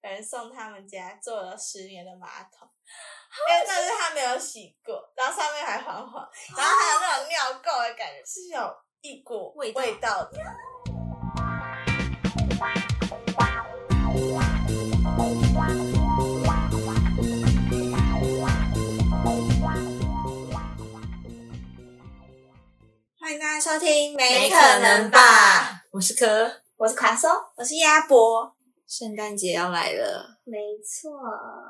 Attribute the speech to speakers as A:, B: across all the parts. A: 人送他们家做了十年的马桶，因为但是他没有洗过，然后上面还黄
B: 啊
A: 黄，然后还有那种尿垢的感觉，是有一股
B: 味道
A: 味道的。欢迎大家收听，没可能吧？？
B: 我是柯，
A: 我是卡松，我是鸭脖。
B: 圣诞节要来了，
C: 没错，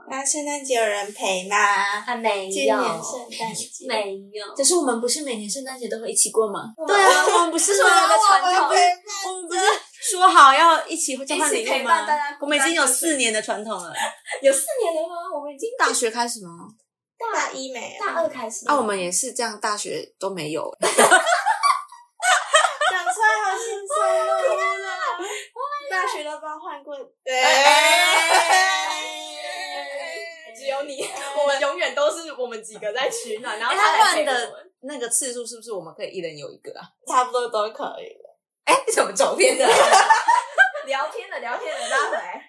A: 那圣诞节有人陪吗？
C: 还没有，
A: 今年圣诞节
C: 没有，
B: 但是我们不是每年圣诞节都会一起过吗？
C: 对啊
B: 我们不是
C: 这是我们的传统
A: 我们陪伴
B: 我们不是说好要一起交换
C: 一
B: 礼
C: 起
B: 物
C: 陪伴
B: 吗
C: 大家？
B: 我们已经有四年的传统了，
C: 有四年了吗？我们已经
B: 大学开始吗？
A: 大一没有，
C: 大二开始了
B: 啊，我们也是这样，大学都没 有。
A: 讲出来好心酸哦。大学都帮换过，对哎
D: 只有你， 我们永远都是我们几个在取暖，然后
B: 哎他
D: 来
B: 换
D: 陪我
B: 的
D: 们。
B: 那个次数是不是我们可以一人有一个啊？
A: 差不多都可以了。
B: 哎，怎么走偏的？
D: 聊天了，聊天了，拉回来。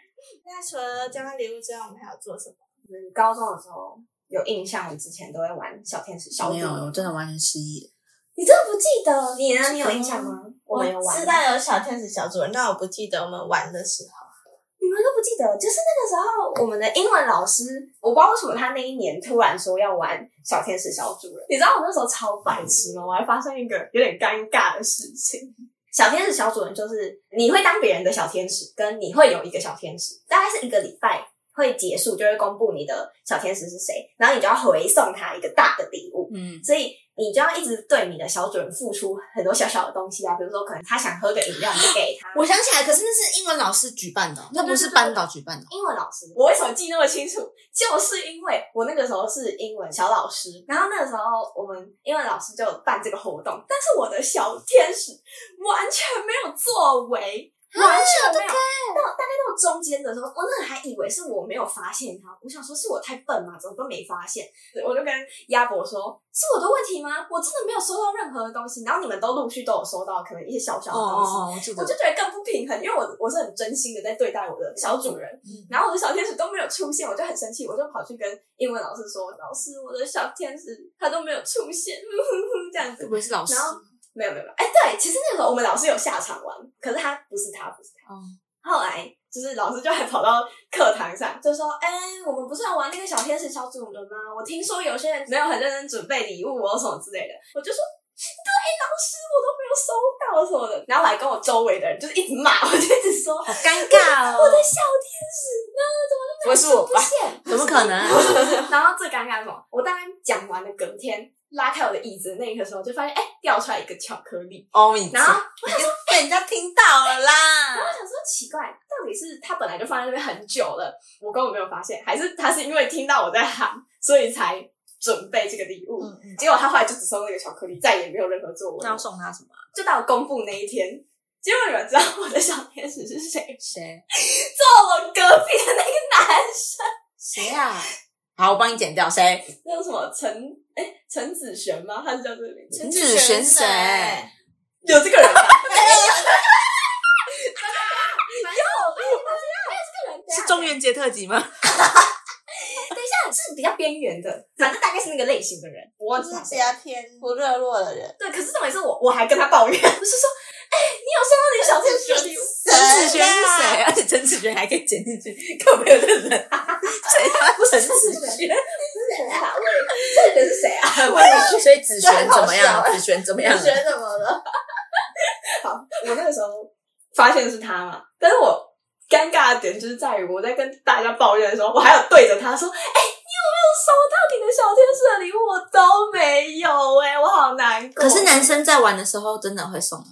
A: 那除了交换礼物之外，我们还要做什么？
D: 嗯，高中的时候有印象，我之前都会玩小天使、小
B: 没
D: 饼
B: 有，。我真的完全失忆了。
D: 你真的不记得？你呢？你有印象吗？我没有玩，
A: 知道有小天使小主人，但我不记得我们玩的时候。
D: 你们都不记得，就是那个时候，我们的英文老师，我不知道为什么他那一年突然说要玩小天使小主人。你知道我那时候超白痴吗？我还发生一个有点尴尬的事情。小天使小主人就是你会当别人的小天使，跟你会有一个小天使，大概是一个礼拜会结束，就会公布你的小天使是谁，然后你就要回送他一个大的礼物。
B: 嗯，
D: 所以你就要一直对你的小主人付出很多小小的东西啊，比如说可能他想喝个饮料，你就给他。
B: 我想起来，可是那是英文老师举办的哦，那不是班导举办的哦。
D: 英文老师，我为什么记那么清楚？就是因为我那个时候是英文小老师，然后那个时候我们英文老师就有办这个活动，但是我的小天使完全没有作为，完全没有。到大概到中间的时候，我那个还以为是我没有发现他，我想说是我太笨嘛，怎么都没发现？我就跟鸭脖说，是我的问题吗？我真的没有收到任何的东西，然后你们都陆续都有收到，可能一些小小的东西。
B: 哦，我记
D: 我
B: 得
D: 就觉得更不平衡，因为我我是很真心的在对待我的小主人，
B: 嗯
D: 然后我的小天使都没有出现，我就很生气，我就跑去跟英文老师说：“老师，我的小天使他都没有出现， 这样
B: 会
D: 子。
B: 不会是老师？
D: 然后”没有没有，没有哎、对，其实那时候我们老师有下场玩，可是他不是他，不是他。
B: 哦
D: 后来就是老师就还跑到课堂上，就说：“哎、我们不是要玩那个小天使小主人吗？我听说有些人没有很认真准备礼物哦，什么之类的。”我就说。啊对，老师，我都没有收到什么的，然后我还跟我周围的人就是一直骂，我就一直说
B: 好尴尬
D: 我的
B: 哦！
D: 小天使呢？
B: 不会是我
D: 出
B: 吧？
D: 现，
B: 怎么可 能啊？
D: 然后最尴尬是什么？我大概讲完了，隔天拉开我的椅子的那一刻的时候，就发现哎、掉出来一个巧克力。
B: 哦，你
D: 然后
B: 已经被人家听到
D: 然
B: 了
D: 后
B: 啦！
D: 我想说奇怪，到底是他本来就放在那边很久了，我根本没有发现，还是他是因为听到我在喊，所以才准备这个礼物？
B: 嗯嗯，
D: 结果他后来就只送那个巧克力，再也没有任何作为
B: 那。要送他什么啊？
D: 就到公布那一天，结果你们知道我的小天使是谁？
B: 谁？
D: 坐我隔壁的那个男生，
B: 谁啊？好，我帮你剪掉。谁？啊
D: 那个什么陈哎陈子璇吗？他是叫这个名字？
B: 陈子璇谁？
D: 有这个人吗？
B: 是中元节特辑吗？
D: 啊是比较边缘的，反正大概是那个类型的人。
A: 我
D: 我忘
A: 是
D: 记他
A: 比
D: 谁
A: 较偏不热络的人。
D: 对，可是重点是我我还跟他抱怨， 我是说，哎、你有收到你的小天使礼物？
A: 陈
B: 陈子璇是
A: 啊
B: 谁？？而且陈子璇还可以剪进去，根本没有这人。 谁啊？陈子璇？
D: 啊，我 这个人是谁啊？
B: 所以子璇怎
A: 这
B: 么
A: 很
B: 样
A: 好？
B: 子璇怎么
A: 你
B: 样？啊
A: 觉得怎么了？
D: 好， 我那个时候发现是他嘛，但是我尴尬的点就是在于我在跟大家抱怨的时候，我还有对着他说，哎、你有没有收到你的小天使的礼物？我都没有哎、我好难过。
B: 可是男生在玩的时候真的会送吗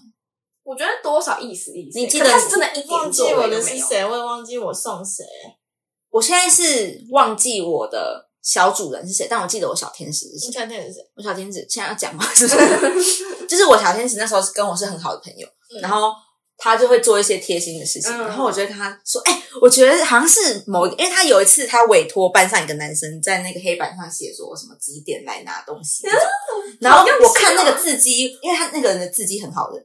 D: 我觉得多少意思意思，
B: 你记
D: 可
B: 得
D: 是他是真的一
A: 忘
D: 点
A: 记
D: 作
A: 我
D: 为
A: 的
D: 都没
A: 是
D: 有。
A: 谁，我也忘记我送谁。
B: 我现在是忘记我的小主人是谁，但我记得我小天使是谁
A: 你。想天是谁？
B: 我小天使现在要讲吗？是不 是？就是我小天使那时候是跟我是很好的朋友，
A: 嗯
B: 然后他就会做一些贴心的事情，
D: 嗯
B: 然后我就会跟他说：“哎、我觉得好像是某一个，因为他有一次他委托班上一个男生在那个黑板上写说什么几 点来拿东西这种，然后
D: 好用心哦
B: 我看那个字迹，因为他那个人的字迹很好的，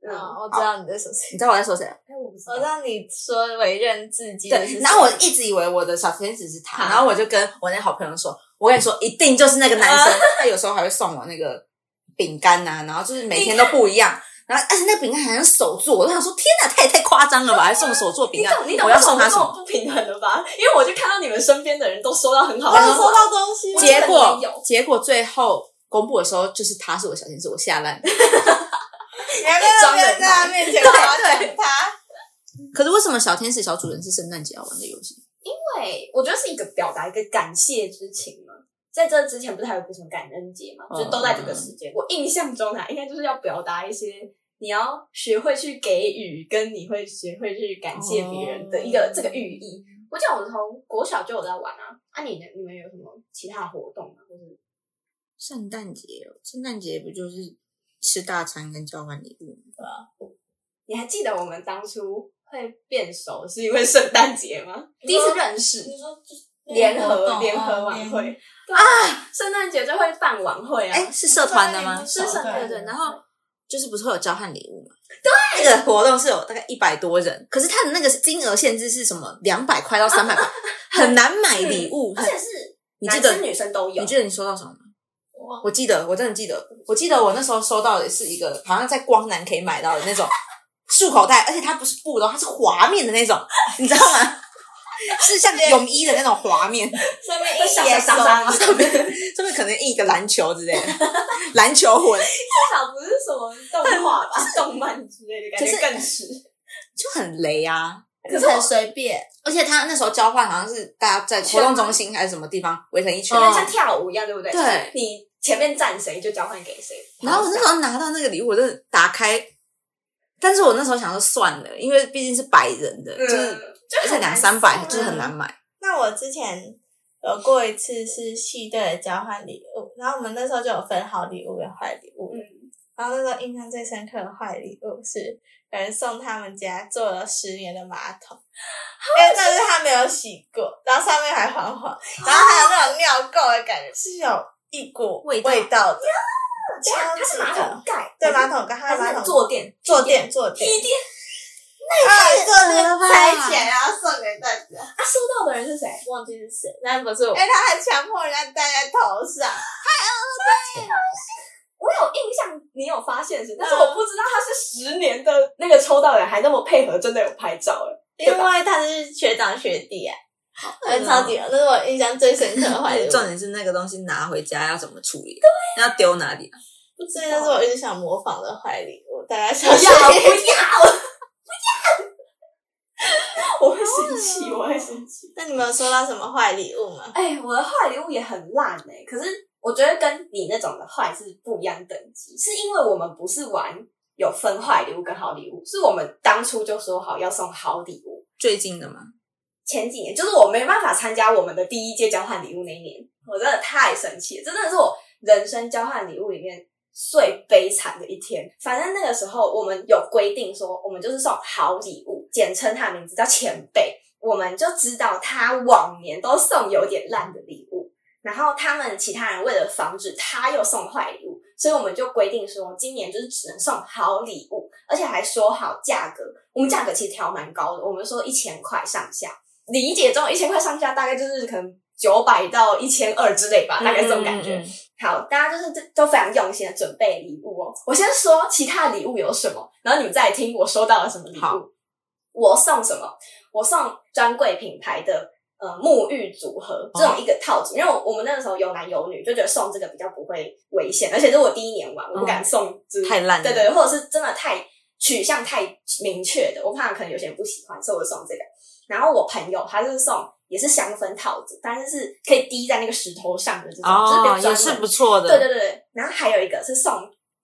D: 嗯，
A: 嗯，我知道你在说谁，
B: 你知道我在说谁？
D: 哎，我不知
A: 我知道你说委任至今的是
B: 对
A: 谁。，
B: 然后我一直以为我的小天使是他，
D: 好
B: 然后我就跟我那好朋友说，我跟你说，一定就是那个男生，他有时候还会送我那个饼干呐、然后就是每天都不一样。然后，而且那饼干还是手做，我都想说，天哪，太太夸张了吧！还送手做饼
D: 你
B: 干
D: 懂你，懂
B: 我要送他
D: 这
B: 什
D: 种
B: 么？
D: 不平衡了吧？因为我就看到你们身边的人都收到很好
A: 我
D: 的
A: 有
D: 礼
A: 收
D: 物，
A: 到东西吗，
B: 结果
D: 我有
B: 结果最后公布的时候，就是他是我小天使，我吓烂。
A: 你还在那
B: 装
A: 边
B: 人
A: 在他面前夸奖他，
B: 可是为什么小天使小主人是圣诞节要玩的游戏？
D: 对，我觉得是一个表达一个感谢之情嘛。在这之前不是还有个什么感恩节嘛，
B: 嗯
D: 就是都在这个时间。我印象中啊，应该就是要表达一些你要学会去给予，跟你会学会去感谢别人的一个、
A: 哦
D: 这个寓意。我记得我从国小就有在玩啊。啊你，呢？你们有什么其他活动吗？就是
B: 圣诞节哦，圣诞节不就是吃大餐跟交换礼物吗？
D: 你还记得我们当初会变熟是因为圣诞节吗？第一次认识，
A: 你说就是
D: 联
A: 那个活
D: 合
A: 动
D: 联合晚，
A: 哦
D: 会啊，圣诞节就会办晚会啊。
B: 哎、是社团的吗？
A: 哎是社团
B: 对
A: 的
B: 对。然后就是不是会有交换礼物嘛？对，那个活动是有大概一百多人，可是他的那个金额限制是什么？两百块到三 百块，很难买礼物。
D: 而且是
B: 你
D: 男
B: 记得
D: 生女生都有
B: 你。记得你收到什么吗？
A: 我
B: 我记得，我真的记得，我记得我那时候收到的是一个好像在光南可以买到的那种束口袋，而且它不是布的哦，它是滑面的那种， 你知道 吗？是像泳衣的那种滑面，
A: 上面
D: 会
A: 一
D: 闪
A: 叠
D: 闪
A: 手
D: 闪闪吗
B: 上面上面可能印一个篮球之类的， 篮球魂，
D: 至少不是什么动画吧、动漫之类的，感
B: 可
D: 觉
B: 是
D: 更 是。
B: 就很雷啊。
A: 可是很随便，
B: 而且他那时候交换好像是大家在活动中心还是什么地方围成一圈
D: 有，点像跳舞一样，对不对？
B: 嗯对
D: 就是你前面站谁就交换给谁。
B: 然后我那时候拿到那个礼物，我真的打开，但是我那时候想说算了，因为毕竟是百人的，
D: 嗯
B: 就是
D: 就
B: 而
D: 很
B: 且两三百就是很
D: 难
B: 难买。
A: 那我之前有过一次是系队的交换礼物，然后我们那时候就有分好礼物跟坏礼物。
D: 嗯
A: 然后那时候印象最深刻的坏礼物是有人送他们家做了十年的马桶，因为但是他没有洗过，然后上面还黄黄，然后还有那种尿垢的感觉，是有一股
B: 味道
A: 味道的，
D: 这样。啊它
A: 超
D: 是
A: 级
D: 马
A: 的
D: 桶。盖，
A: 对马
D: 还是
A: 桶跟他
D: 还
A: 的马
D: 是
A: 桶
D: 坐垫？
A: 坐垫坐垫，
D: 屁垫。
A: 哎，坐
B: 恶了
A: 垫
B: 吧
A: 拆起来然后送给大家。
D: 啊，收到的人是谁？
A: 忘记是谁，
B: 那不是我
A: 哎，他还强迫人家戴在头上，
D: 我有印象，你有发现是，但是我不知道他是十年的那个抽到的人还那么配合，真的有拍照哎。
A: 因为他是学长学弟啊，很超级恶，那是我印象最深刻 的坏礼物。
B: 哎重点是那个东西拿回家要怎么处理，要丢哪里啊？
A: 不知道，那是我一直想模仿的坏礼物，大家想
D: 不
A: 想
D: 要， 不要，不要！ 我会生气，我会生气。
A: 那你们有收到什么坏礼物吗？
D: 哎、我的坏礼物也很烂哎、可是我觉得跟你那种的坏是不一样等级，是因为我们不是玩有分坏礼物跟好礼物，是我们当初就说好要送好礼物。
B: 最近的吗？
D: 前几年就是我没办法参加我们的第一届交换礼物那一年，我真的太生气了，这真的是我人生交换礼物里面最悲惨的一天。反正那个时候我们有规定说，我们就是送好礼物，简称他的名字叫前辈，我们就知道他往年都送有点烂的礼物，然后他们其他人为了防止他又送坏礼物，所以我们就规定说，今年就是只能送好礼物，而且还说好价格。我们价格其实调蛮高的，我们说一千块上下。理解中一千块上下大概就是可能九百到一千二之类吧，大概这种感觉。
B: 嗯嗯嗯
D: 好，大家就是这都非常用心的准备礼物哦。我先说其他礼物有什么，然后你们再来听我收到了什么礼
B: 好
D: 物。我送什么？我送专柜品牌的呃沐浴组合这种
B: 哦
D: 一个套组，因为我我们那个时候有男有女，就觉得送这个比较不会危险，而且这是我第一年玩，我不敢送，就是
B: 哦太烂了
D: 对对，或者是真的太取向太明确的，我怕可能有些人不喜欢，所以我送这个。然后我朋友他就是送也是香氛套组，但是是可以滴在那个石头上的这种，就是比较
B: 哦，
D: 专
B: 也
D: 门
B: 是不错的。
D: 对对对对，然后还有一个是送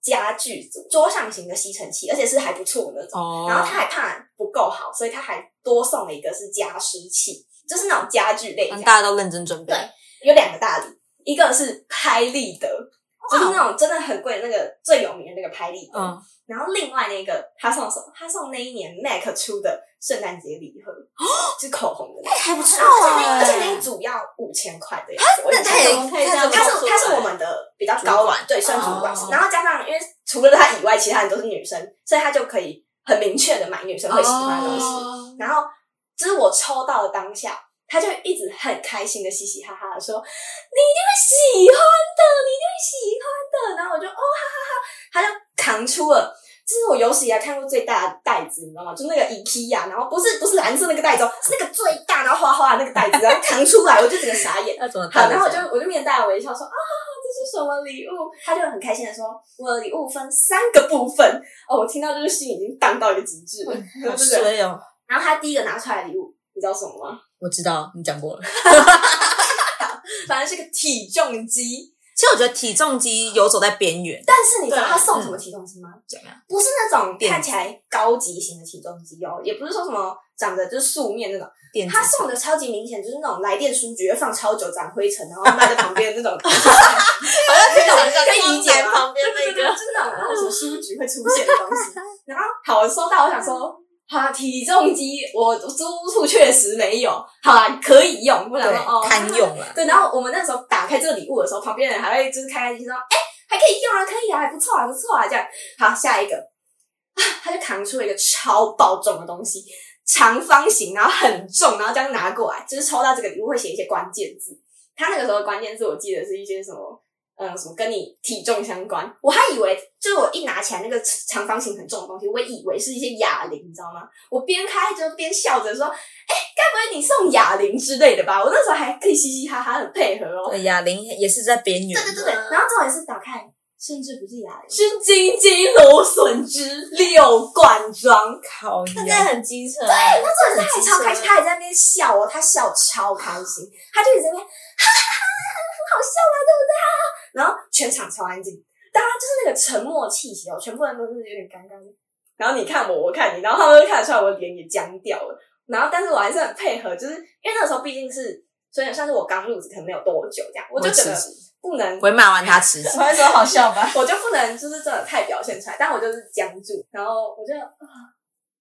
D: 家具组，桌上型的吸尘器，而且是还不错的那种。
B: 哦，
D: 然后他还怕不够好，所以他还多送了一个是加湿器，就是那种家具类
B: 让
D: 家
B: 大家都认真准备。
D: 对有两个大礼，一个是拍立得，就是那种真的很贵的那个最有名的那个拍立得。
B: 哦嗯，
D: 然后另外那个他送什么？他送那一年 MAC 出的圣诞节礼盒，是口红的那个。
B: 哦哎还不
D: 而
B: 错
D: 且那
B: 啊，
D: 而且那一组要五千块的样子，我
B: 那
D: 印象
B: 他也
D: 中
A: 可以这样
D: 它
B: 他是
D: 是它是我们的比较
B: 主
D: 高
B: 管
D: 对，算主管。
B: 哦
D: 然后加上因为除了他以外，其他人都是女生，所以他就可以很明确的买女生会喜欢的东西。
B: 哦
D: 然后，就是我抽到的当下，他就一直很开心的嘻嘻哈哈的说：“你一定会喜欢的，你一定会喜欢的。”然后我就哦哈哈哈，他就扛出了。这是我有史以来看过最大的袋子，你知道吗？就那个 IKEA，然后不是不是蓝色那个袋子哦，是那个最大然后花花的那个袋子，然后扛出来，我就整个傻眼。
B: 要怎么
D: 好，
B: 办呢？
D: 然后我就我就面带微笑说啊，这是什么礼物？他就很开心的说，我的礼物分三个部分。哦，我听到这个心已经荡到一个极致了，
B: 好
D: 就是这个。
B: 衰哦！
D: 然后他第一个拿出来的礼物，你知道什么吗？
B: 我知道你讲过了。
D: 反正是个体重机。
B: 其实我觉得体重机游走在边缘，
D: 但是你知道
A: 对
D: 他送什么体重机吗？
B: 怎么样？
D: 不是那种
B: 电
D: 看起来高级型的体重机哦，也不是说什么长得就是素面那种。
B: 电子
D: 他送的超级明显，就是那种来电书局会放超久长灰尘，然后卖在旁边的 那种。好像这种可以理解吗？
A: 旁边
D: 对
A: 那
D: 对对，
A: 个，
D: 真的，然后什么书局会出现的东西。然后好，我收到，我想说，好啦，体重机我租处确实没有，好啦，可以用，不然
B: 对
D: 说哦
B: 堪。用了。
D: 对，然后我们那时候打开这个礼物的时候，旁边人还会就是开开心心说，哎、还可以用啊，可以啊，还不错啊，还不错啊，这样。好，下一个，啊，他就扛出了一个超爆重的东西。长方形，然后很重，然后这样拿过来，就是抽到这个礼物会写一些关键字。他那个时候的关键字我记得是一些什么，嗯，什么跟你体重相关。我还以为，就是我一拿起来那个长方形很重的东西，我以为是一些哑铃，你知道吗？我边开就边笑着说：“哎、该不会你送哑铃之类的吧？”我那时候还可以嘻嘻哈哈的配合哦。
B: 对，哑铃也是在边缘
D: 对。对对对，然后重点是打开，甚至不是哑铃，
C: 是金鸡
D: 芦笋汁六罐装。
B: 靠腰，
A: 真的很机车，啊对，
D: 真的是他也超开心，他也在那边笑哦，他笑超开心，他就一直在那边哈哈哈，很好笑啊，对不对？然后全场超安静，大家就是那个沉默气息哦，全部人都是有点尴尬。然后你看我，我看你，然后他们都看得出来我脸也僵掉了。然后，但是我还是很配合，就是因为那个时候毕竟是，虽然算是我刚入职，可能没有多久这样，我就整个
B: 我辞
D: 不能
B: 我会骂完他辞职。
A: 我会说好笑吧？
D: 我就不能就是真的太表现出来，但我就是僵住，然后我就啊，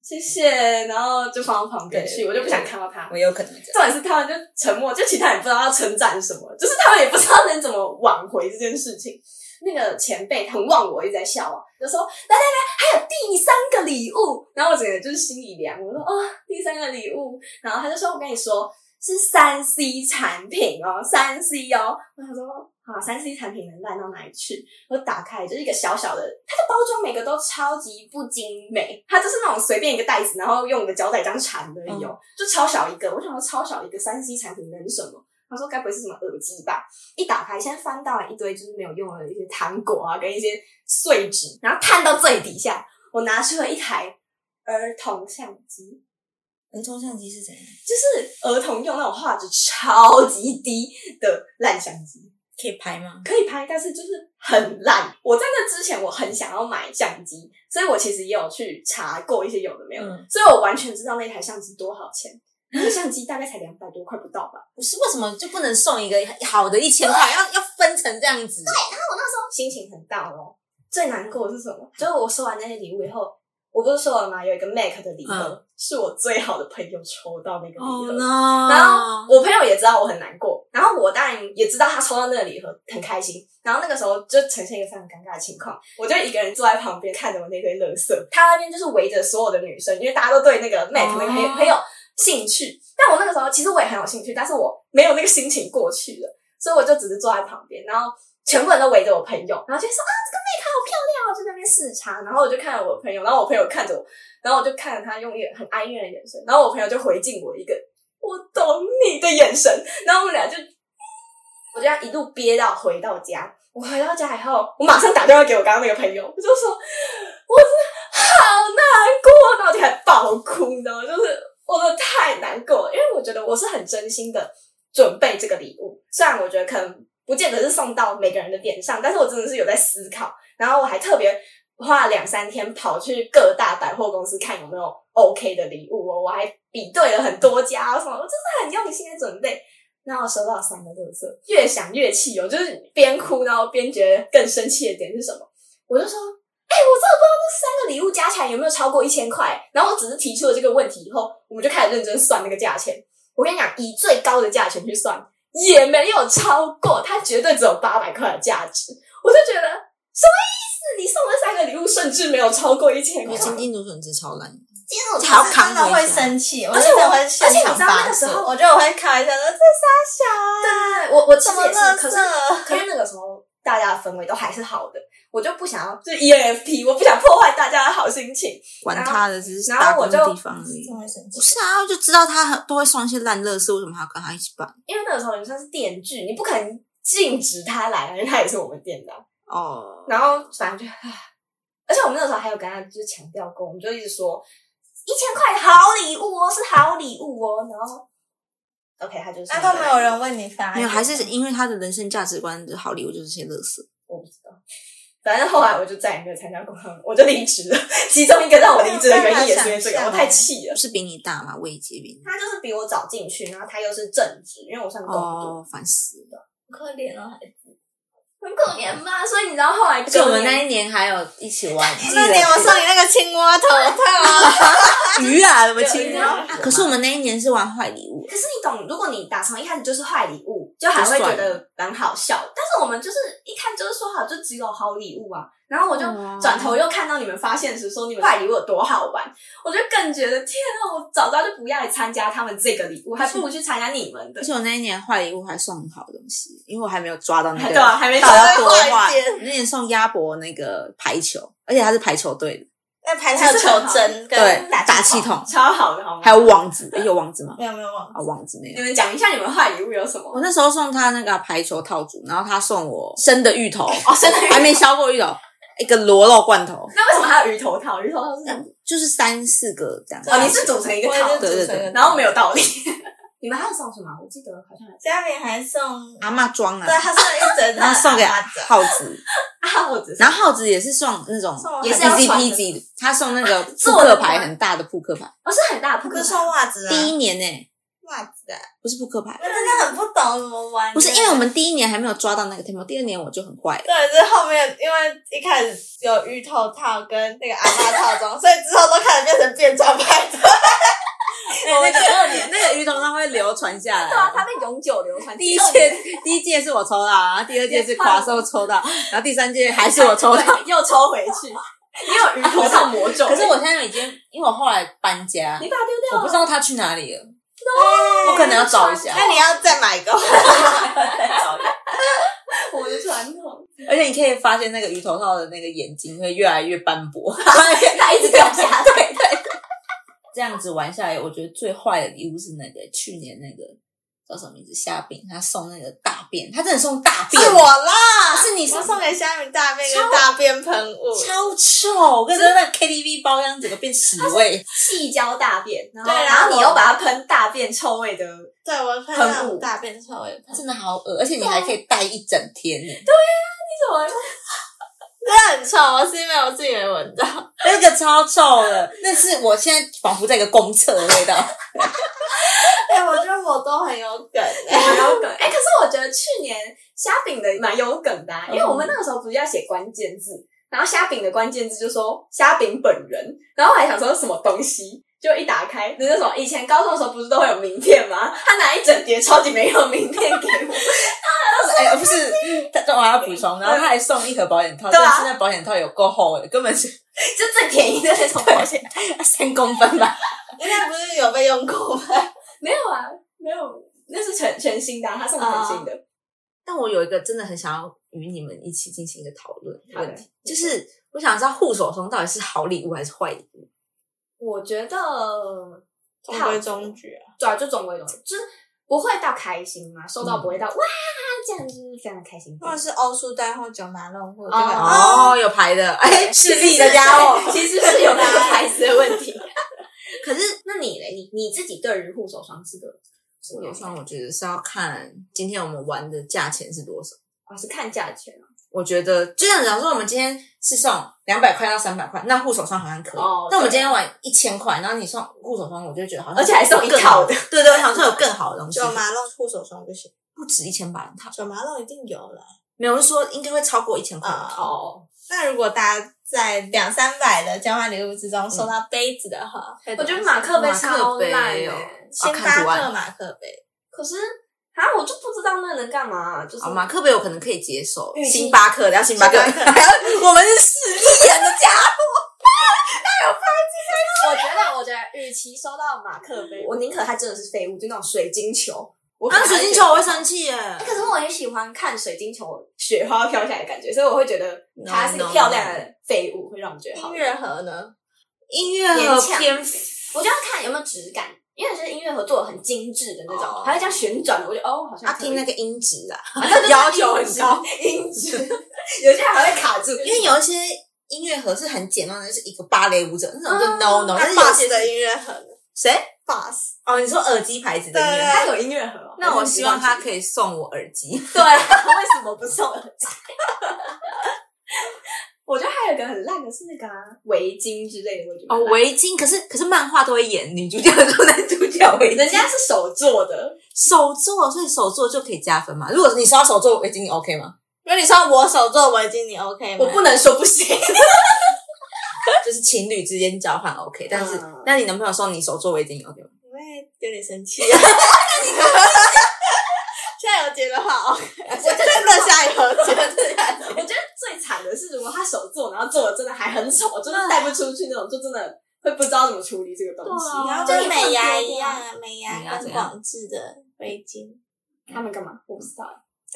D: 谢谢，然后就放到旁边去，
B: 对
D: 我就不想看到他
B: 我。也有可能这样。
D: 重点是他们就沉默，就其他人不知道要称赞什么，就是他们也不知道能怎么挽回这件事情。那个前辈很忘我，一直在笑啊，就说来来来，还有第三个礼物。然后我整个就是心里凉，我说哦，第三个礼物。然后他就说，我跟你说是三 C 产品哦，三 C 哦。我想说。啊，三 C 产品能烂到哪里去？我打开就是一个小小的，它的包装每个都超级不精美，它就是那种随便一个袋子，然后用我的胶带这样缠而已哦，就超小一个。我想说超小一个三 C 产品能什么？他说该不会是什么耳机吧？一打开，先翻到一堆就是没有用的一些糖果啊，跟一些碎纸，然后探到最底下，我拿出了一台儿童相机。
B: 儿童相机是怎样？
D: 就是儿童用那种画质超级低的烂相机，
B: 可以拍吗？
D: 可以拍，但是就是很烂。我在那之前我很想要买相机，所以我其实也有去查过一些有的没有的，
B: 嗯
D: 所以我完全知道那台相机多少钱。那个相机大概才两百多块不到吧。
B: 不是，为什么就不能送一个好的一千块？要要分成这样子？
D: 心情很大哦。最难过的是什么？就是我收完那些礼物以后，我不是说了吗？有一个 Mac 的礼盒、
B: 嗯
D: 是我最好的朋友抽到那个礼盒。
B: 哦 no！
D: 然
B: 哦
D: 后我朋友也知道我很难过，然后我当然也知道他抽到那个礼盒很开心。然后那个时候就呈现一个非常尴尬的情况，我就一个人坐在旁边看着我那堆垃圾，他那边就是围着所有的女生，因为大家都对那个 Mac 那个很有很有兴趣。但我那个时候其实我也很有兴趣，但是我没有那个心情过去了，所以我就只是坐在旁边，然后全部人都围着我朋友，然后就说啊这个 Mac 好漂亮哦，就在那边视察。然后我就看着我朋友，然后我朋友看着我，然后我就看着他用一个很哀怨的眼神，然后我朋友就回敬我一个我懂你的眼神，然后我们俩就，我就这样一路憋到回到家。我回到家以后，我马上打电话给我刚刚那个朋友，我就说我真的好难过，然后我就还爆哭，你知道吗？就是我真的太难过了，因为我觉得我是很真心的准备这个礼物，虽然我觉得可能不见得是送到每个人的点上，但是我真的是有在思考，然后我还特别花了两三天跑去各大百货公司看有没有 OK 的礼物哦，我还比对了很多家哦什么，我真的很用心的准备。然后我收到三个乐色，越想越气哦，就是边哭然后边觉得更生气的点是什么？我就说，哎、我真的不知道这三个礼物加起来有没有超过一千块。然后我只是提出了这个问题以后，我们就开始认真算那个价钱。我跟你讲，以最高的价钱去算，也没有超过，它绝对只有八百块的价值。我就觉得什么意思？你送的三个礼物甚至没有超过一千块
B: 我，金金竹笋汁超烂，
A: 今天我
B: 还要扛
A: 真的
B: 回
A: 会
B: 家
A: 生气，
D: 而且
A: 我
D: 我
A: 真的会现
D: 而且
A: 场
D: 你知道那
A: 发
D: 个时
A: 作
D: 候
A: 我觉得我会开玩笑说这傻
D: 对，我我其
A: 小
D: 实
A: 啊，
D: 也
A: 什么
D: 是，可
A: 乐
D: 是
A: 色，
D: 可是那个时候大家的氛围都还是好的，我就不想要就是 E ENFP，我不想破坏大家的好心情。
B: 管
D: 然后
B: 他的，只是
D: 然后
B: 打
D: 我
B: 工的
D: 就
B: 地方而已
A: 真。的会生
B: 不
A: 气。
B: 是啊，我就知道他很都会送一些烂乐事，为什么还要跟他一起办？
D: 因为那个时候你算是店剧，你不可能禁止他来啊，因为他也是我们店的啊。
B: 哦，
D: 然后反正就，唉而且我们那个时候还有跟他就是强调过，我们就一直说一千块好礼物哦，是好礼物哦。然后，OK，他就是
A: 那都没有人问你发言，
B: 没有，还是因为他的人生价值观的好礼物就是这些乐事。
D: 我不知道。反正后来我就再也没有参加过他们，我就离职了。其中一个让我离职的原因也是因为这个，我太气了
B: 不。是比你大吗？魏杰比你
D: 他就是比我早进去，然后他又是正职，因为我算工读，
B: 哦，烦死了！
A: 可怜哦。
D: 很可怜吧。所以你知道后来
B: 而且
D: 就
B: 我们那一年还有一起玩，
A: 那年我送你那个青蛙头套，
B: 鱼啊，什么
D: 对
B: 青
D: 对
B: 蛙
D: 对
B: 啊？可是我们那一年是玩坏礼物，
D: 可是你懂，如果你打从一开始就是坏礼物，就还
B: 就
D: 会
B: 算
D: 觉得蛮好笑。但是我们就是一看就是说好，就只有好礼物啊。然后我就
B: 哦
D: 转头又看到你们发现时说你们坏礼物有多好玩，我就更觉得天啊！我早知道就不要来参加他们这个礼物，还不如去参加你们的
B: 而。且我那一年坏礼物还送很好的东西，因为我还没有抓到那个
D: 对啊，还没
B: 到
D: 找
B: 底
D: 到
B: 要多
A: 还没坏
B: 坏
A: 一点。
B: 那年送鸭脖那个排球，而且它是排球队的，
A: 那排还有球针
B: 对
A: 跟打
B: 打气筒，
D: 超好的好吗？
B: 还有网子，诶有网子吗？
A: 没有没有忘了，
B: 啊，网子没有
D: 你。们讲一下你们坏礼物有什
B: 我
D: 么？
B: 那时候送他那个排球套组，然后他送我生的芋头，
D: 哦，真的
B: 还没削过芋头，一个螺肉罐头，
D: 那为什么还有鱼头套？鱼头套是什么
B: 就是三四个这样。
D: 哦，你是组成一个
A: 我也
D: 套
A: 是
D: 的，
A: 主
B: 对对
A: 持人。
D: 然后没有道理。你们还有送什么？我记得好像有
A: 嘉敏还送，
B: 阿嬷装
A: 对
B: 啊，
A: 他送一整
B: 然
A: 套
B: 后送给
A: 阿嬷的
B: 耗子，
D: 啊，我只是
B: 然后耗子也是送那种
A: 送我
B: 也是
D: 很多
B: easy
D: 款的
B: peasy 的，他送那个 扑
D: 做的
B: 克
D: 吗
B: 牌很大的扑克牌，
D: 我是很大的扑
A: 不
D: 克
A: 是
D: 牌。
A: 送袜子啊，
B: 第一年呢、
A: 袜子啊，
B: 不是扑克牌
A: 我，真的很不懂怎么玩。
B: 不是因为我们第一年还没有抓到那个 tempo，第二年我就很坏了。
A: 对，就是后面因为一开始有芋头套跟那个阿妈套装，所以之后都开始变成变装派对。
B: 那个二年那个鱼头它会流传下来。
D: 对啊，它被永久流传。
B: 第一
D: 二年
B: 届第一届是我抽到，然后第二届是夸兽抽到，然后第三届还是我抽到。
D: 对又抽回去，你有鱼头套魔 咒。
B: 可是我现在已经，因为我后来搬家
D: 你，把它丢掉
B: 我
D: 了，
B: 不知道它去哪里了，我可能要找一下。
A: 那你要再买一个，
D: 我的传统，
B: 而且你可以发现那个鱼头套的那个眼睛会越来越斑 驳，
D: 它一直掉下来。对对，
B: 这样子玩下来，我觉得最坏的礼物是那个去年那个叫什么名字虾饼，他送那个大便，他真的送大便，
A: 是我啦，
B: 是你
A: 你
B: 送
A: 说送给虾米大便跟大便喷雾，
B: 超臭，我跟你说那 KTV 包厢整个变屎味，
D: 细胶大便，然后
A: 对然
D: 然
A: 后
D: 后你又把它喷大便臭味的，
A: 对我喷
D: 喷
A: 那
D: 雾
A: 种大便臭味喷，
B: 真的好恶，而且你还可以带一整天呢。
A: 真
D: 你
A: 的很臭。我是因为我自己没闻到，
B: 那个超臭的， 那是我现在仿佛在一个公厕的味道。
A: 哎、我觉得我都很有梗、欸
D: 怎么蛮有梗？哎，可是我觉得去年虾饼的蛮有梗的啊，因为我们那个时候不是要写关键字，然后虾饼的关键字就说虾饼本人，然后我还想说什么东西。就一打开，那是什么？以前高中的时候不是都会有名片吗？他拿一整叠超级没用的名片给我，
B: 哎、不是，他我还要补充，然后他还送一盒保 险套，
D: 对啊
B: 但是那保险套有够厚的，根本是
D: 就最便宜的那种保险。
B: 三公分吧。
A: 应该不是有被用过吗？
D: 没有啊，没有，那是全全新的、啊，他送全新的。
B: 但我有一个真的很想要与你们一起进行一个讨论的问题
D: 好的，
B: 就是我想知道护手霜到底是好礼物还是坏礼物？
D: 我觉得
A: 中规中矩啊，
D: 对啊，就总归总，就是不会到开心嘛，收到不会到、哇，这样就是非常开心。
A: 或者是欧舒丹或九马龙或者
D: 哦
A: 这个
B: 哦，有牌的，哎、势利的家伙。
D: 伙，其实是有那个牌子的 问题。
B: 可是
D: 那你嘞，你你自己对于护手霜是个什么
B: 护手
D: 样的
B: 霜，我觉得是要看今天我们玩的价钱是多少。
D: 哦，是看价钱
B: 我觉得就像假如说我们今天是送两百块到三百块，那护手霜好像可以。
D: 哦
B: 那我们
D: 对
B: 今天玩一千块，然后你送护手霜，我就觉得好像
D: 而且还送一套的
B: 有更好。对对，我想说有更好的东西
A: 九，马龙护手霜不行，
B: 不止一千八套。
A: 九马龙一定有了。
B: 没有，我是说应该会超过一千块。
A: 啊
D: 哦。
A: 那如果大家在两三百的交换礼物之中收到杯子的话，
D: 我觉得马克杯
B: 马克
D: 超烂
B: 杯
D: 的、
B: 哦，啊
A: 星巴
B: 看图案
A: 克马克杯，
D: 可是啊，我就不知道那能干嘛，啊就是
B: 好马克杯我可能可以接受，
D: 浴巾
B: 星巴克的要星巴克，
A: 星巴
B: 我们是势利眼的家
C: 我觉得，我觉得，与其收到马克杯，
D: 我宁可它真的是废物，就那种水晶球。我
B: 伙。
D: 可能哎
B: 啊，水晶球我会生气耶，
D: 可是我也喜欢看水晶球雪花飘下来的感觉，所以我会觉得
B: No,
D: 它是一个
B: no,
D: 漂亮的废物，会让我觉得好。
A: 音乐盒呢？
B: 音乐
D: 勉
B: 和
D: 强
B: 偏
D: 我就要看有没有质感，因为有些音乐盒做的很精致的那
B: 哦
D: 种，还会这样旋转，我就哦，好像
B: 啊，
D: 可以
B: 听那个音 质啊，
D: 要求很高，音质，有些还会卡住，
B: 因为有一些音乐盒是很简单的，就是一个芭蕾舞者哦那种就
D: 啊
B: no no，
A: 那
B: 但是有
A: Boss
B: 些
A: 的
B: 是
A: 音乐盒呢
B: 谁
A: ？Boss
B: 哦，你说耳机牌子的音乐
A: 对
B: 盒，
D: 它有音乐盒哦，
B: 那我希望他
D: 它
B: 可以送我耳机。
D: 对， 为什么不送耳机？ 我觉得还有一个很烂的是那个啊围巾之类的，我觉得很
B: 哦，
D: 烂
B: 围巾，可是可是漫画都会演女主角做男主角围
D: 人
B: 巾，
D: 家是手做的，
B: 手做，所以手做就可以加分嘛。如果你刷手做围巾，你 OK 吗？
A: 那你穿我手做围巾，你 OK 吗？
D: 我不能说不行。
B: 就是情侣之间交换 OK，但是、
D: 嗯
B: 那你男朋友送你手做围巾你 OK 吗？
A: 我会有点生气。啊 现在有结的话，OK。我真的下一个结论下
D: 我觉得最惨的是，如果他手做，然后做的真的还很丑，真的带不出去那种，就真的会不知道怎么处理这个东西。
C: 对啊
A: 去，
C: 就
A: 跟
C: 是
A: 美牙
C: 一
A: 一
C: 样
A: 样啊，美
B: 美
A: 牙
B: 牙
A: 跟
B: 怎样
A: 广智的围巾，
D: 他们干嘛？我不知道。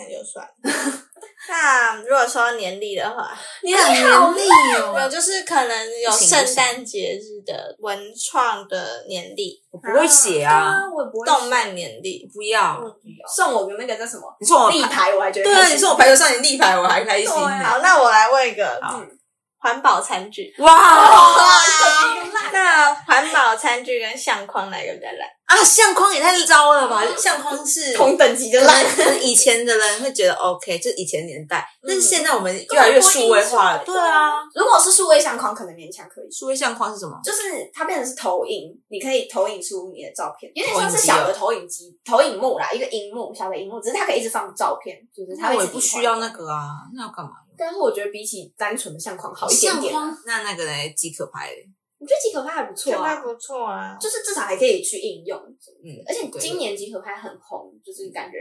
A: 那就算了。那如果说到年历的话，
B: 你很严厉
A: 没有，
B: 哦，
A: 就是可能有
B: 不行不行
A: 圣诞节日的文创的年历、
B: 我不会写啊，，
D: 我也不会写
A: 动漫年历，
B: 不要。
D: 送我个那个叫什么
B: 你说我
D: 立牌，我还觉得
B: 对
D: 开
B: 啊，
D: 心
B: 你说我排球少年立牌，我还开心
D: 对
B: 呢。
D: 啊
A: 好，那我来问一个
B: 嗯好
A: 嗯环保餐具。哦
B: 哇
A: 那环保餐具跟相框哪个比较烂？
B: 啊，相框也太糟了吧！相框是
D: 同等级的
B: 可
D: 烂
B: 能，可 能以前的人会觉得 OK，就是以前年代，但是现在我们越
D: 本
B: 来越
D: 不会
B: 数位
D: 印出
B: 化了。
D: 来
B: 嗯对啊，
D: 如果是数位相框，可能勉强可以。
B: 数位相框是什么？
D: 就是它变成是投影，你可以投影出你的照片，有点
B: 啊
D: 像是小的投影机、投影幕啦，一个荧幕，小的荧幕，只是它可以一直放照片，就是它
B: 那
D: 会
B: 我也
D: 自己
B: 不需要
D: 换
B: 那。个啊，那要干嘛？
D: 但是我觉得比起单纯的相框好一点点啊。
B: 那那个呢？即可拍嘞，
D: 我觉得集合拍还不错啊，
A: 不错啊
D: 就是至少还可以去应用。
B: 嗯，
D: 而且
B: 对
D: 今年集合拍很红，就是感觉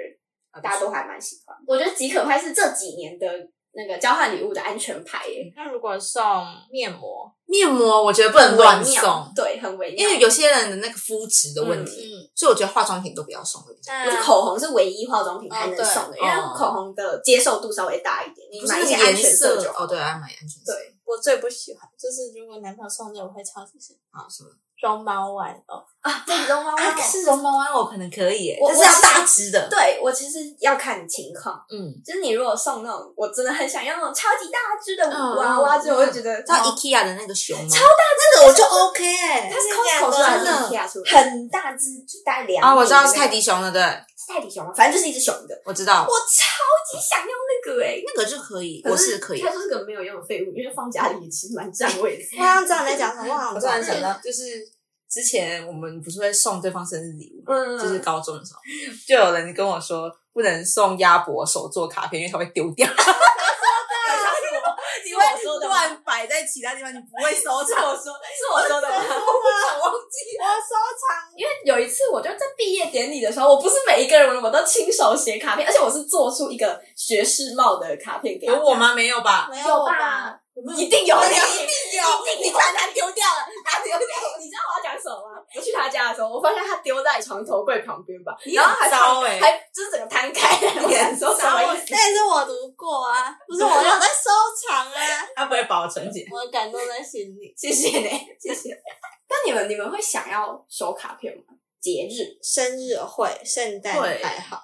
B: 啊
D: 大家都还蛮喜欢。我觉得集合拍是这几年的那个交换礼物的安全牌耶，
A: 那如果送面膜，
B: 面膜，我觉得不能
D: 很
B: 乱
D: 微妙
B: 送，
D: 对，很微妙。
B: 因为有些人的那个肤质的问题，
A: 嗯，
B: 所以我觉得化妆品都不要送会比较好
A: 那
D: 我觉得口红是唯一化妆品还能
A: 哦对
D: 送的，因为
B: 哦
D: 口红的接受度稍微大一点，你
B: 不是
D: 买
B: 那
D: 一
B: 个
D: 些安
B: 颜
D: 全
B: 色
D: 就好。
B: 哦，对，爱买安全色，
D: 对
A: 我最不喜欢就是如果男朋友送这，我会超级生气。
B: 啊什么
A: 绒毛玩偶，
D: 啊，对，绒毛
B: 啊，可是绒毛玩偶可能可以耶，
D: 我
B: 但是要大只的，
D: 对我其实要看情况，
B: 嗯，
D: 就是你如果送那种我真的很想要那种超级大只的
B: 嗯
D: 娃娃，
B: 嗯
D: 就我会觉得
B: 像
D: 哦
B: IKEA 的那个熊猫，超大那个我就 OK 哎
D: 它是
A: 真的
D: Costco 出来
B: 假的
D: 的，出来的很大只，就大概两
B: 啊，我知道
D: 米
B: 是
D: 的那
B: 泰
D: 个
B: 迪熊的，对，
D: 是泰迪熊吗？反正就是一只熊的。
B: 我知道
D: 我，超级想要那个哎、欸，
B: 那个就可以，我是可以
D: 它。就是个没有用的废物，因为放家里其实蛮占 位置。
A: 我刚刚知道你在讲什么，我好
B: 我
A: 像
B: 突然想到，就是之前我们不是会送对方生日礼物吗？
D: 嗯
B: 就是高中的时候，就有人跟我说不能送鸭脖手做卡片，因为它会丢 掉，
D: 是我说的吗？
B: 摆在其他地方，你不会收
D: 是我说， 是我说的吗？
B: 我忘记了。
A: 我收
D: 因为有一次，我就在毕业典礼的时候，我不是每一个人我都亲手写卡片，而且我是做出一个学士帽的卡片给他
B: 有我？吗？没有吧
A: 藏？没
D: 有
A: 有
D: 吧
A: 吧？？
D: 一定有，
B: 我没有
D: 定
B: 有
D: 你
B: 把它丢掉了，它丢掉。
D: 你知道我要讲什么吗？我去他家的时候，我发现他丢在床头柜旁边吧，
B: 很
D: 然后还
B: 糟
D: 摊
B: 欸
D: 还就是整个摊开，我想说什么意思？
A: 那也是我读过啊，不是我有在收藏啊，
B: 它不会保存起来。
A: 我感动在心里。
D: 谢谢你，谢谢。那你们你们会想要收卡片吗？节日，
A: 生日会、圣诞
B: 会
A: 还好，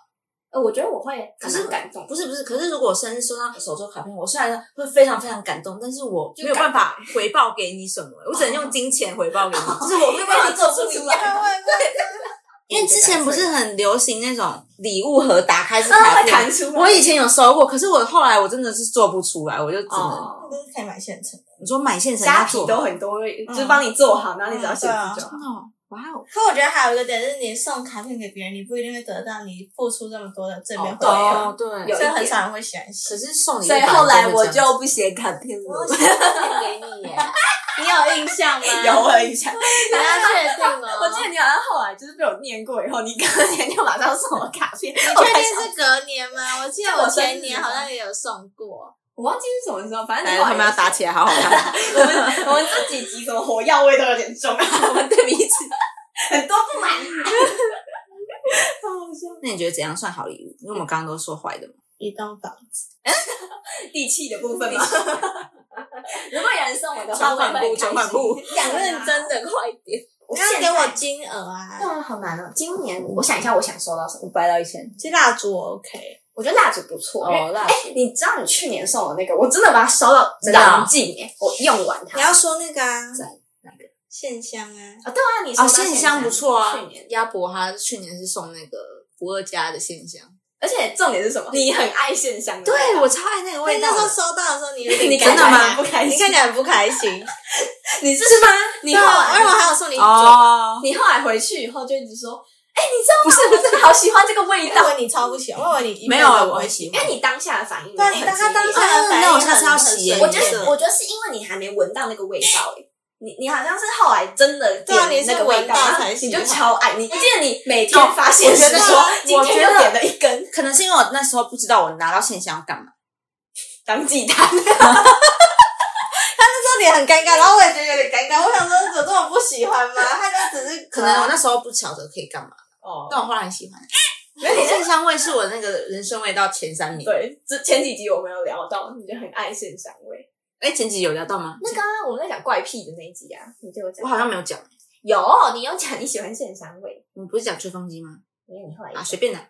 D: 呃，我觉得我会，
B: 可是
D: 很感动，
B: 不是不是，可是如果我生日收到手做卡片，我虽然会非常非常感动，但是我没有办法回报给你什 么，我只能用金钱回报给你，就是我没有办法做出
D: 因
B: 出
D: 为
B: 来
D: 你做。
B: 因为之前不是很流行那种礼物盒打开是
D: 啊，
B: 卡
D: 会
B: 片，
D: 弹出来。
B: 我以前有收过，可是我后来我真的是做不出来，我就只能、
D: 哦，
A: 都是可以买现成的。
B: 你说买现成
D: 虾
B: 要
D: 皮
B: 做，
D: 都很多，就是
A: 嗯
D: 帮你做好，然后你只要写字
A: 嗯
D: 就
A: 对
D: 好。
B: 哦，哇哦，
A: 可我觉得还有一个点是，你送卡片给别人，你不一定会得到你付出这么多的正面
D: 哦
A: 回馈，
B: 哦对，
D: 有
A: 所以很少人会喜欢写
B: 可。是送礼物
D: 所以
B: 本来
D: 后来
B: 就
D: 我
B: 会这样
D: 就不写卡片
A: 我
D: 了。
A: 写卡片给你耶，你有印象吗？
D: 啊
B: 有啊我有 印象，
A: 你要确定哦。
D: 我记得你好像后来就是被我念过以后，你隔年就马上送我卡片，
A: 你确定是隔年吗？我记得我前年好像也有送过。
D: 我忘记是什么时候，反正
B: 哎，他们要打起来，好好 看，
D: 我们我们这几集什么火药味都有点重，啊
B: 我们对彼此。
D: 很多不满意。
B: 那你觉得怎样算好礼物？因为我们刚刚都说坏的嘛。
A: 一栋房子，
D: 地气的部分嘛。如果有人送我的话，
B: 交换
D: 我也会
B: 部交换部
D: 很开心想认真的快点。我
A: 你要
D: 现在
A: 给我金额啊！
D: 对啊，好难哦。今年我想一下，我想收到什么？
B: 五百到一千，
A: 其实蜡烛我 OK，
D: 我觉得蜡烛不错。因为
B: 哦，那
D: 哎，你知道你去年送我那个，我真的把它烧到
B: 知道
D: 燃尽哎，我用完它。
A: 你要说那个啊，
B: 哪个
A: 线香啊，
D: 啊，对啊，你
B: 哦，
D: 收到
B: 线香不错啊
D: 去年，。
B: 鸭脖他去年是送那个伏二家的线香，
D: 而且重点是什么？你很爱线香的味道，
B: 对我超爱那个
A: 所以
B: 味道
A: 那
B: 的。
A: 时候收到的时候， 你有点
B: 你
A: 感
B: 真
A: 觉
B: 的
A: 还
B: 吗？
D: 不开
A: 你看起来很不开 心，
D: 你是吗？你
A: 对
D: 后
A: 啊，因
D: 来
A: 为我还有送你酒，
B: 哦，
D: 你后来回去以后就一直说，哎，你知道吗？不是不是，好喜欢这个味
A: 我
D: 道，
A: 以为你超不喜欢，我以为你一
B: 没
A: 辈
B: 有，
A: 子都不
B: 我哎
A: 会
B: 很
A: 喜
B: 喜
D: 因为
B: 欢。
D: 哎啊你当下的反应，
A: 对你当他当下的反应很，
B: 啊那我下次要洗耶
A: 很
D: 我
A: 深
D: 觉
B: 颜
D: 得
B: 色
D: 我觉得是因为你还没闻到那个味道、欸，你你好像是后来真的
A: 对啊
D: 点
A: 你是
D: 那个味
A: 闻
D: 道，
A: 到
D: 然后
A: 才喜
D: 你
A: 欢
D: 就超爱你。我记得你每天发现
B: 我觉
D: 是
B: 得
D: 说，今
B: 我
D: 天
B: 觉
D: 又
B: 得
D: 点了一根
B: 可能是因为我那时候不知道我拿到线香要干嘛，
D: 当祭坛，
A: 那时候你很尴尬，然后我也觉得有点尴尬，我想说怎么这么不喜欢吗？他就只是哦
B: 可能我那时候不晓得可以干嘛，
D: 哦
B: 但我后来很喜 欢。线香味是我那个人生味道前三名。
D: 对，之前几集我们有聊到，你就很爱线香味。
B: 哎，前几集有聊到吗？
D: 那刚刚我们在讲怪癖的那一集啊，你就有讲
B: 我好像没有讲，
D: 有，你有讲你喜欢线香味，
B: 我们不是讲吹风机吗？
D: 因为你后来有
B: 啊，随便拿。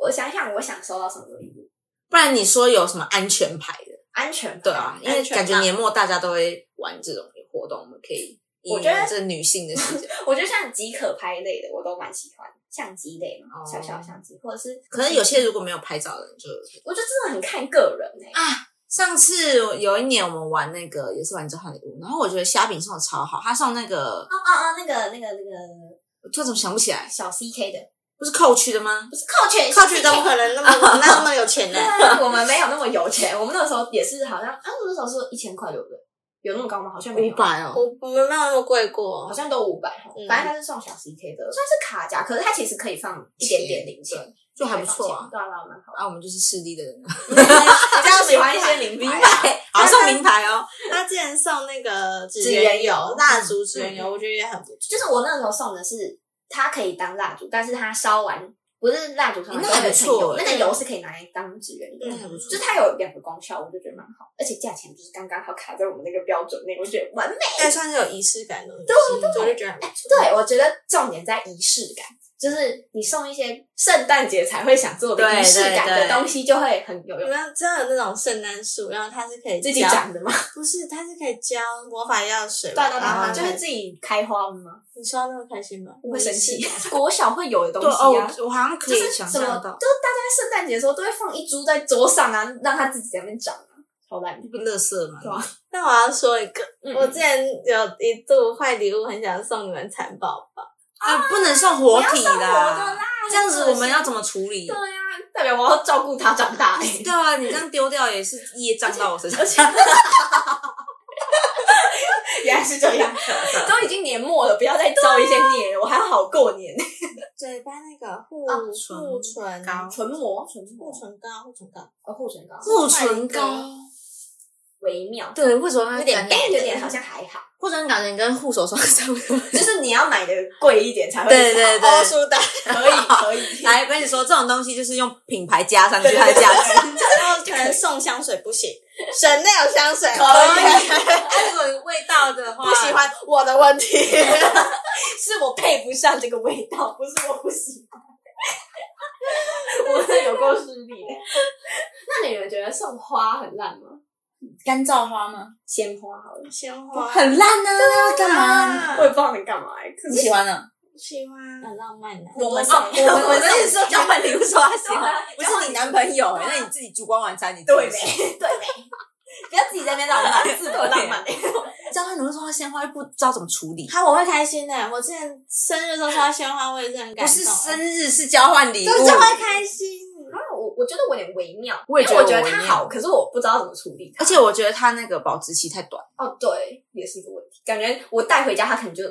D: 我想想，我想收到什么礼物？
B: 不然你说有什么安全牌的？
D: 安全牌
B: 对啊，因为
D: 安全
B: 感觉
D: 帽
B: 年末大家都会玩这种活动，我们可以以
D: 我觉得
B: 这女性的视角。
D: 我觉得像即可拍类的，我都蛮喜欢，相机类嘛，
B: 哦
D: 小小相机，或者是
B: 可能有些如果没有拍照的人就，
D: 我觉得真的很看个人哎、
B: 啊上次有一年我们玩那个也是玩交换礼物，然后我觉得虾饼送的超好，他送那个
D: 哦哦哦，那个那个那个
B: 我突然怎么想不起来，
D: 小 CK 的，
B: 不是扣区的吗
D: 不？是扣拳，
A: 靠去怎么可能那 么那么有钱呢？
D: 对啊我们没有那么有钱，我们那个时候也是好像啊，我们那时候是一千块对不对？有那么高吗？好像没
B: 五
D: 有，
B: 百哦，
A: 我我们没有那么贵过
D: 好，像都五百、
A: 嗯
D: 反正它是送小 CK 的，算是卡夹，可是它其实可以放一点点零钱，
B: 就还不错啊。
D: 对啊，对啊蛮好的。
B: 啊，我们就是势利的人啊，
D: 我
A: 比较喜欢
D: 一些名牌啊，
B: 牌，好送名牌哦。
A: 他之前送那个
D: 纸
A: 纸
D: 人
A: 人
D: 油嗯
A: 油、蜡烛纸人油，我觉得也很不错。
D: 就是我那时候送的是，它可以当蜡烛，但是它烧完不是蜡烛烧完
B: 那还不错
D: 那个油是可以拿来当纸人的，
A: 嗯
B: 那还不
D: 就
B: 错
D: 是它有两个功效，我就觉得蛮好，而且价钱就是刚刚好卡在我们那个标准内，我觉得完美。
A: 但算是有仪式感的东西，
D: 对啊
A: 我
D: 哎
A: 就觉得很不错。
D: 对，我觉得重点在仪式感，就是你送一些圣诞节才会想做的
B: 对
D: 仪式感
B: 对
D: 的
B: 对
D: 东西，就会很有
A: 你
D: 用。
A: 们真的有那种圣诞树，然后它是可以
D: 自己
A: 浇，
D: 长的吗？
A: 不是，它是可以浇魔法药水
D: 对
A: 嘛。
D: 啊对对，
A: 然
D: 对
A: 后
D: 就是自己开花吗？
A: 你说到那么开心吗？
D: 会生气
A: 没事，
D: 国小会有的东
B: 对
D: 西
B: 哦，
D: 啊。
B: 我我好像可
D: 就是
B: 以
D: 什
B: 想
D: 么，就是大家
B: 象到，
D: 在圣诞节的时候都会放一株在桌上啊，让它自己在那边长啊，超烂的。
B: 不乐色嘛
D: 对。啊
A: 那我要说一个，
D: 嗯
A: 我之前有一度坏礼物，很想送你们蚕宝宝，
B: 啊，不能送活体
D: 不要送活的啦
B: 这样子我们要怎么处理
D: 对？啊，代表我要照顾它长大、欸。
B: 对啊，你这样丢掉也是业障到我身上。
D: 原来是这样，啊都已经年末了，不要再造一些孽了，我还要好过 年。
A: 嘴巴那个护
D: 啊
A: 护唇
B: 膏
D: 唇膜，唇
A: 护唇膏、护唇膏，
D: 哦，啊护唇膏，
B: 护唇膏，
D: 微妙，
B: 对，为什么
A: 有点
D: 但啊有点好像还好，
B: 护唇感觉跟护手霜差不多。
D: 就是你要买的贵一点才会
B: 对对对
A: 欧舒丹，
D: 可以可 以。
B: 来，我跟你说，这种东西就是用品牌加上去
D: 对对
B: 它的价 值。
A: 然后可能送香水不行，省内有香水
D: 可以，
B: 哦哎，如果有味道的话，
A: 不喜欢我的问题，
D: 是我配不上这个味道，不是我不喜欢。 我真的有够失礼的。那你们觉得送花很烂吗？
B: 干燥花吗？
D: 鲜花好了，
A: 鲜花
B: 很烂呢，干嘛？
A: 啊
D: 我也不知道你干嘛、欸，可
B: 你
D: 是
B: 喜欢呢？
A: 喜欢，很浪漫啊的。
D: 我们
A: 送
D: 哦我们
B: 那是说 交换礼物说他喜
D: 对啊
B: 欢，不是你男朋友，那你自己烛光晚餐你自己
D: 对没
B: 喜
D: 对没，不要自己在那边浪漫，自我浪 漫、欸。
B: 欢交换礼物说他鲜花又不知道怎么处理，
A: 他我会开心的。我之前生日的时候收到鲜花，我也是很感动。
B: 不是生日是交换礼物，
A: 就是会开心。
D: 啊，我我觉得我有点微妙，
B: 我也
D: 因为
B: 觉
D: 我
B: 得
D: 觉得
B: 我
D: 它
B: 微妙
D: 好，可是我不知道怎么处理它。
B: 而且我觉得它那个保质期太短，
D: 哦，对，也是一个问题，感觉我带回家它可 能就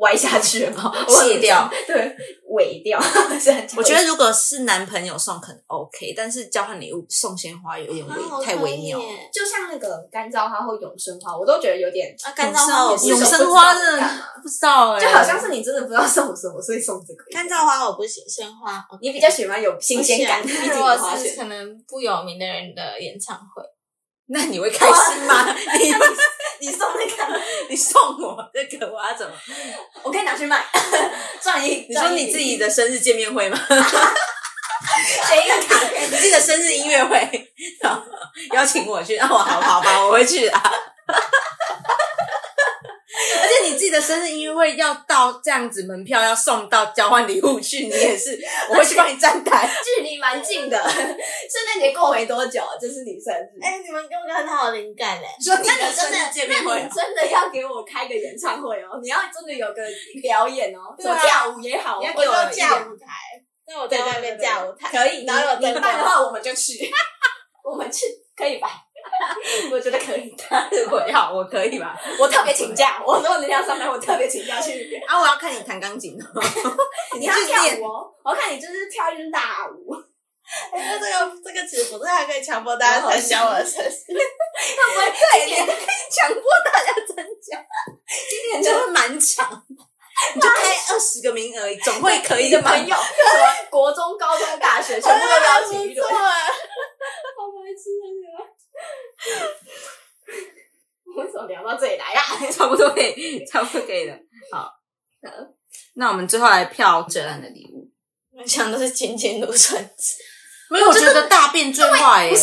D: 歪下去了，我很
B: 卸掉。
D: 对，萎掉。 虽然讲
B: 我觉得如果是男朋友送可能 OK，但是交换礼物送鲜花有点微、
A: 啊
B: 太微妙。
A: 我讨厌
D: 就像那个干燥花或永生花，我都觉得有点
A: 啊，干燥花我不
D: 永
B: 永
A: 行，
B: 生花
D: 不知道干
B: 真
D: 嘛
B: 的不知道哎、
D: 就好像是你真的不知道送什么，所以送这个。
A: 干燥花我不行，鲜花我
D: 你比较喜欢有新鲜感，
A: 我
D: 毕
A: 喜
D: 竟
A: 欢
D: 有
A: 如果
D: 花
A: 是
D: 选。
A: 可能不有名的人的演唱会，
B: 那你会开心吗？ 你
D: 你送那个，
B: 你送我这个，我要怎么？
D: 我可以拿去卖， 赚一。
B: 你说你自己的生日见面会吗？
D: 谁一个卡片？
B: 你自己的生日音乐会， 然后邀请我去，那我好好吧，我会去啊。 而且你自己的生日音乐会要到这样子，门票要送到交换礼物去，你也是， 我会去帮你站台。
D: 距离蛮近的， 圣诞节过没多久，就是你生 日。
A: 哎、你们给我很好的灵感嘞、 欸
B: 说你
D: 那
B: 的
D: 你
B: 生
D: 真的
B: 日见，面
D: 那
B: 会
D: 你真的要给我开个演唱会哦！你要真的有个表演哦，
A: 对
D: 什么
A: 啊
D: 跳舞也好，
A: 你要
D: 或
A: 给
D: 者
A: 我
D: 哎一两
A: 架舞台，那我在外面架舞台。
D: 可以，
A: 哪有
D: 你
A: 这
D: 你
A: 个
D: 办的话，我们就去， 我们去可以吧？ 我觉得可以的。
B: 我 要，我可以吧？
D: 我特别请假，我如果能要上班，我特别请假去。
B: 啊，我要看你弹钢琴哦。
D: 你要
B: 去
D: 跳
B: 练
D: 舞哦，我看你就是跳一支大舞，
A: 哎、那这个这个其实不是，还可以强迫大家参加我的生日。
D: 会不会对你
B: 强迫大家参加，今年就会满场，你就 开二十个名额，总会可以
D: 的
B: 吧
D: 朋？友，什么国中、高中、大学，全部都邀
B: 哎
D: 请 一轮？
A: 不错啊
D: 好白痴啊！你们为什么聊到这里来呀、
B: 差不多可以，差不多可以了。好，那我们最后来票最烂的礼物。
A: 我想的是清清芦笋子，
B: 没有，我觉得大便最坏耶。
A: 啊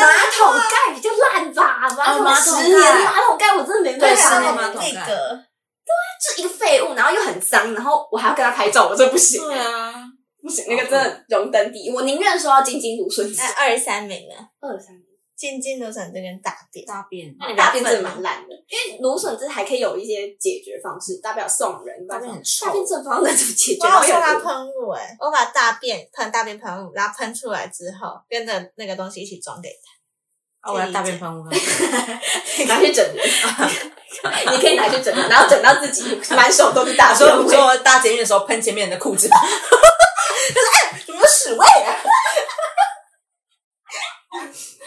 D: 马桶盖比较烂吧，马桶
B: 啊哦马桶
D: 十年
B: 盖
D: 马桶盖我真的没
B: 对啊
D: 办
B: 十
D: 法
B: 年
D: 欸，
B: 马桶盖
A: 啊那个，
D: 就是一个废物，然后又很脏，然后我还要跟他拍照，我这不行，
B: 对啊，
D: 不行，那个真的荣登第一，我宁愿说要金金芦笋子
A: 那，
B: 哎
A: 二三名呢？
D: 二三
A: 清清芦笋子跟大便，
B: 大便
A: 那你
D: 大
A: 大
D: 便
A: 便真的
D: 真的蛮
A: 蛮
D: 烂的，因为芦笋汁还可以有一些解决方式，大不了送人，
B: 大便很臭
D: 大便正方式怎么解决？
A: 我好像
D: 然
A: 它
D: 后
A: 喷雾哎，我把大便喷大便喷雾，然后喷出来之后，跟着那个东西一起装给他。
B: 啊，我要 大便喷雾。
D: 有拿去整人， 你可以拿去整人，然后整到自己满手都是大
B: 所以我
D: 便
B: 们
D: 味。
B: 说搭捷运的时候喷前面人的裤子， 他说：“哎，怎么有屎味啊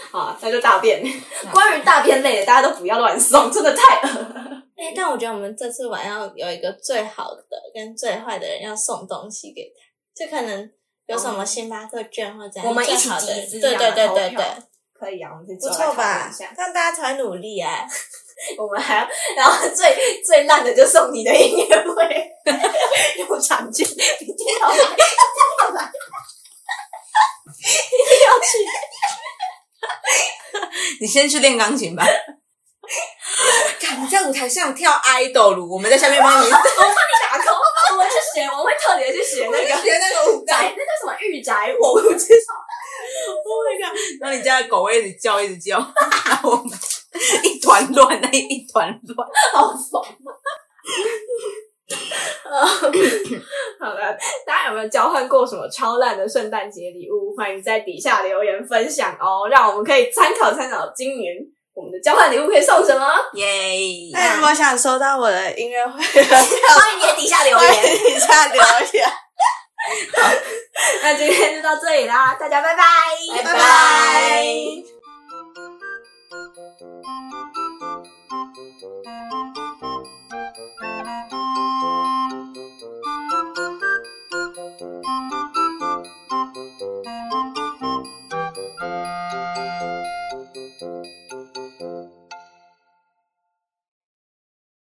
D: 好，那就大 便。关于大便类的，大家都不要乱送，真的太恶了。
A: 哎、但我觉得我们这次晚上有一个最好的跟最坏的人要送东西给他，就可能有什么星巴克券或者
D: 我们一起
A: 最好的
D: 集资
A: 对
D: 这
A: 对
D: 样
A: 对
D: 投
A: 对
D: 票
A: 对，
D: 可以啊，我们
A: 不
D: 不
A: 错吧
D: 一下？
A: 让大家才会努力哎、
D: 我们还要，然后最 最烂的就送你的音乐会 入场券，一定要来，一定要来，一定要去。？”
B: 你先去练钢琴吧。看你在舞台上跳 idol 舞，我们在下面帮 你
D: 打工，我去学，我会特别去学那 个
B: 学那个舞蹈。
D: 宅，那叫什么御宅 我不知道。
B: Oh my god！然后你家的狗会一直叫，一直叫， 然后我们一团乱，那一团乱。
D: 好疯啊！ 好了，大家有没有交换过什么超烂的圣诞节礼物？欢迎在底下留言分享哦，让我们可以参考参考今年我们的交换礼物可以送什么。
B: 耶！
A: 那如果想收到我的音乐 会的票，
D: 欢迎你在底下留
A: 欢
D: 言。
A: 迎底下留言。
D: 那今天就到这里啦，大家拜拜。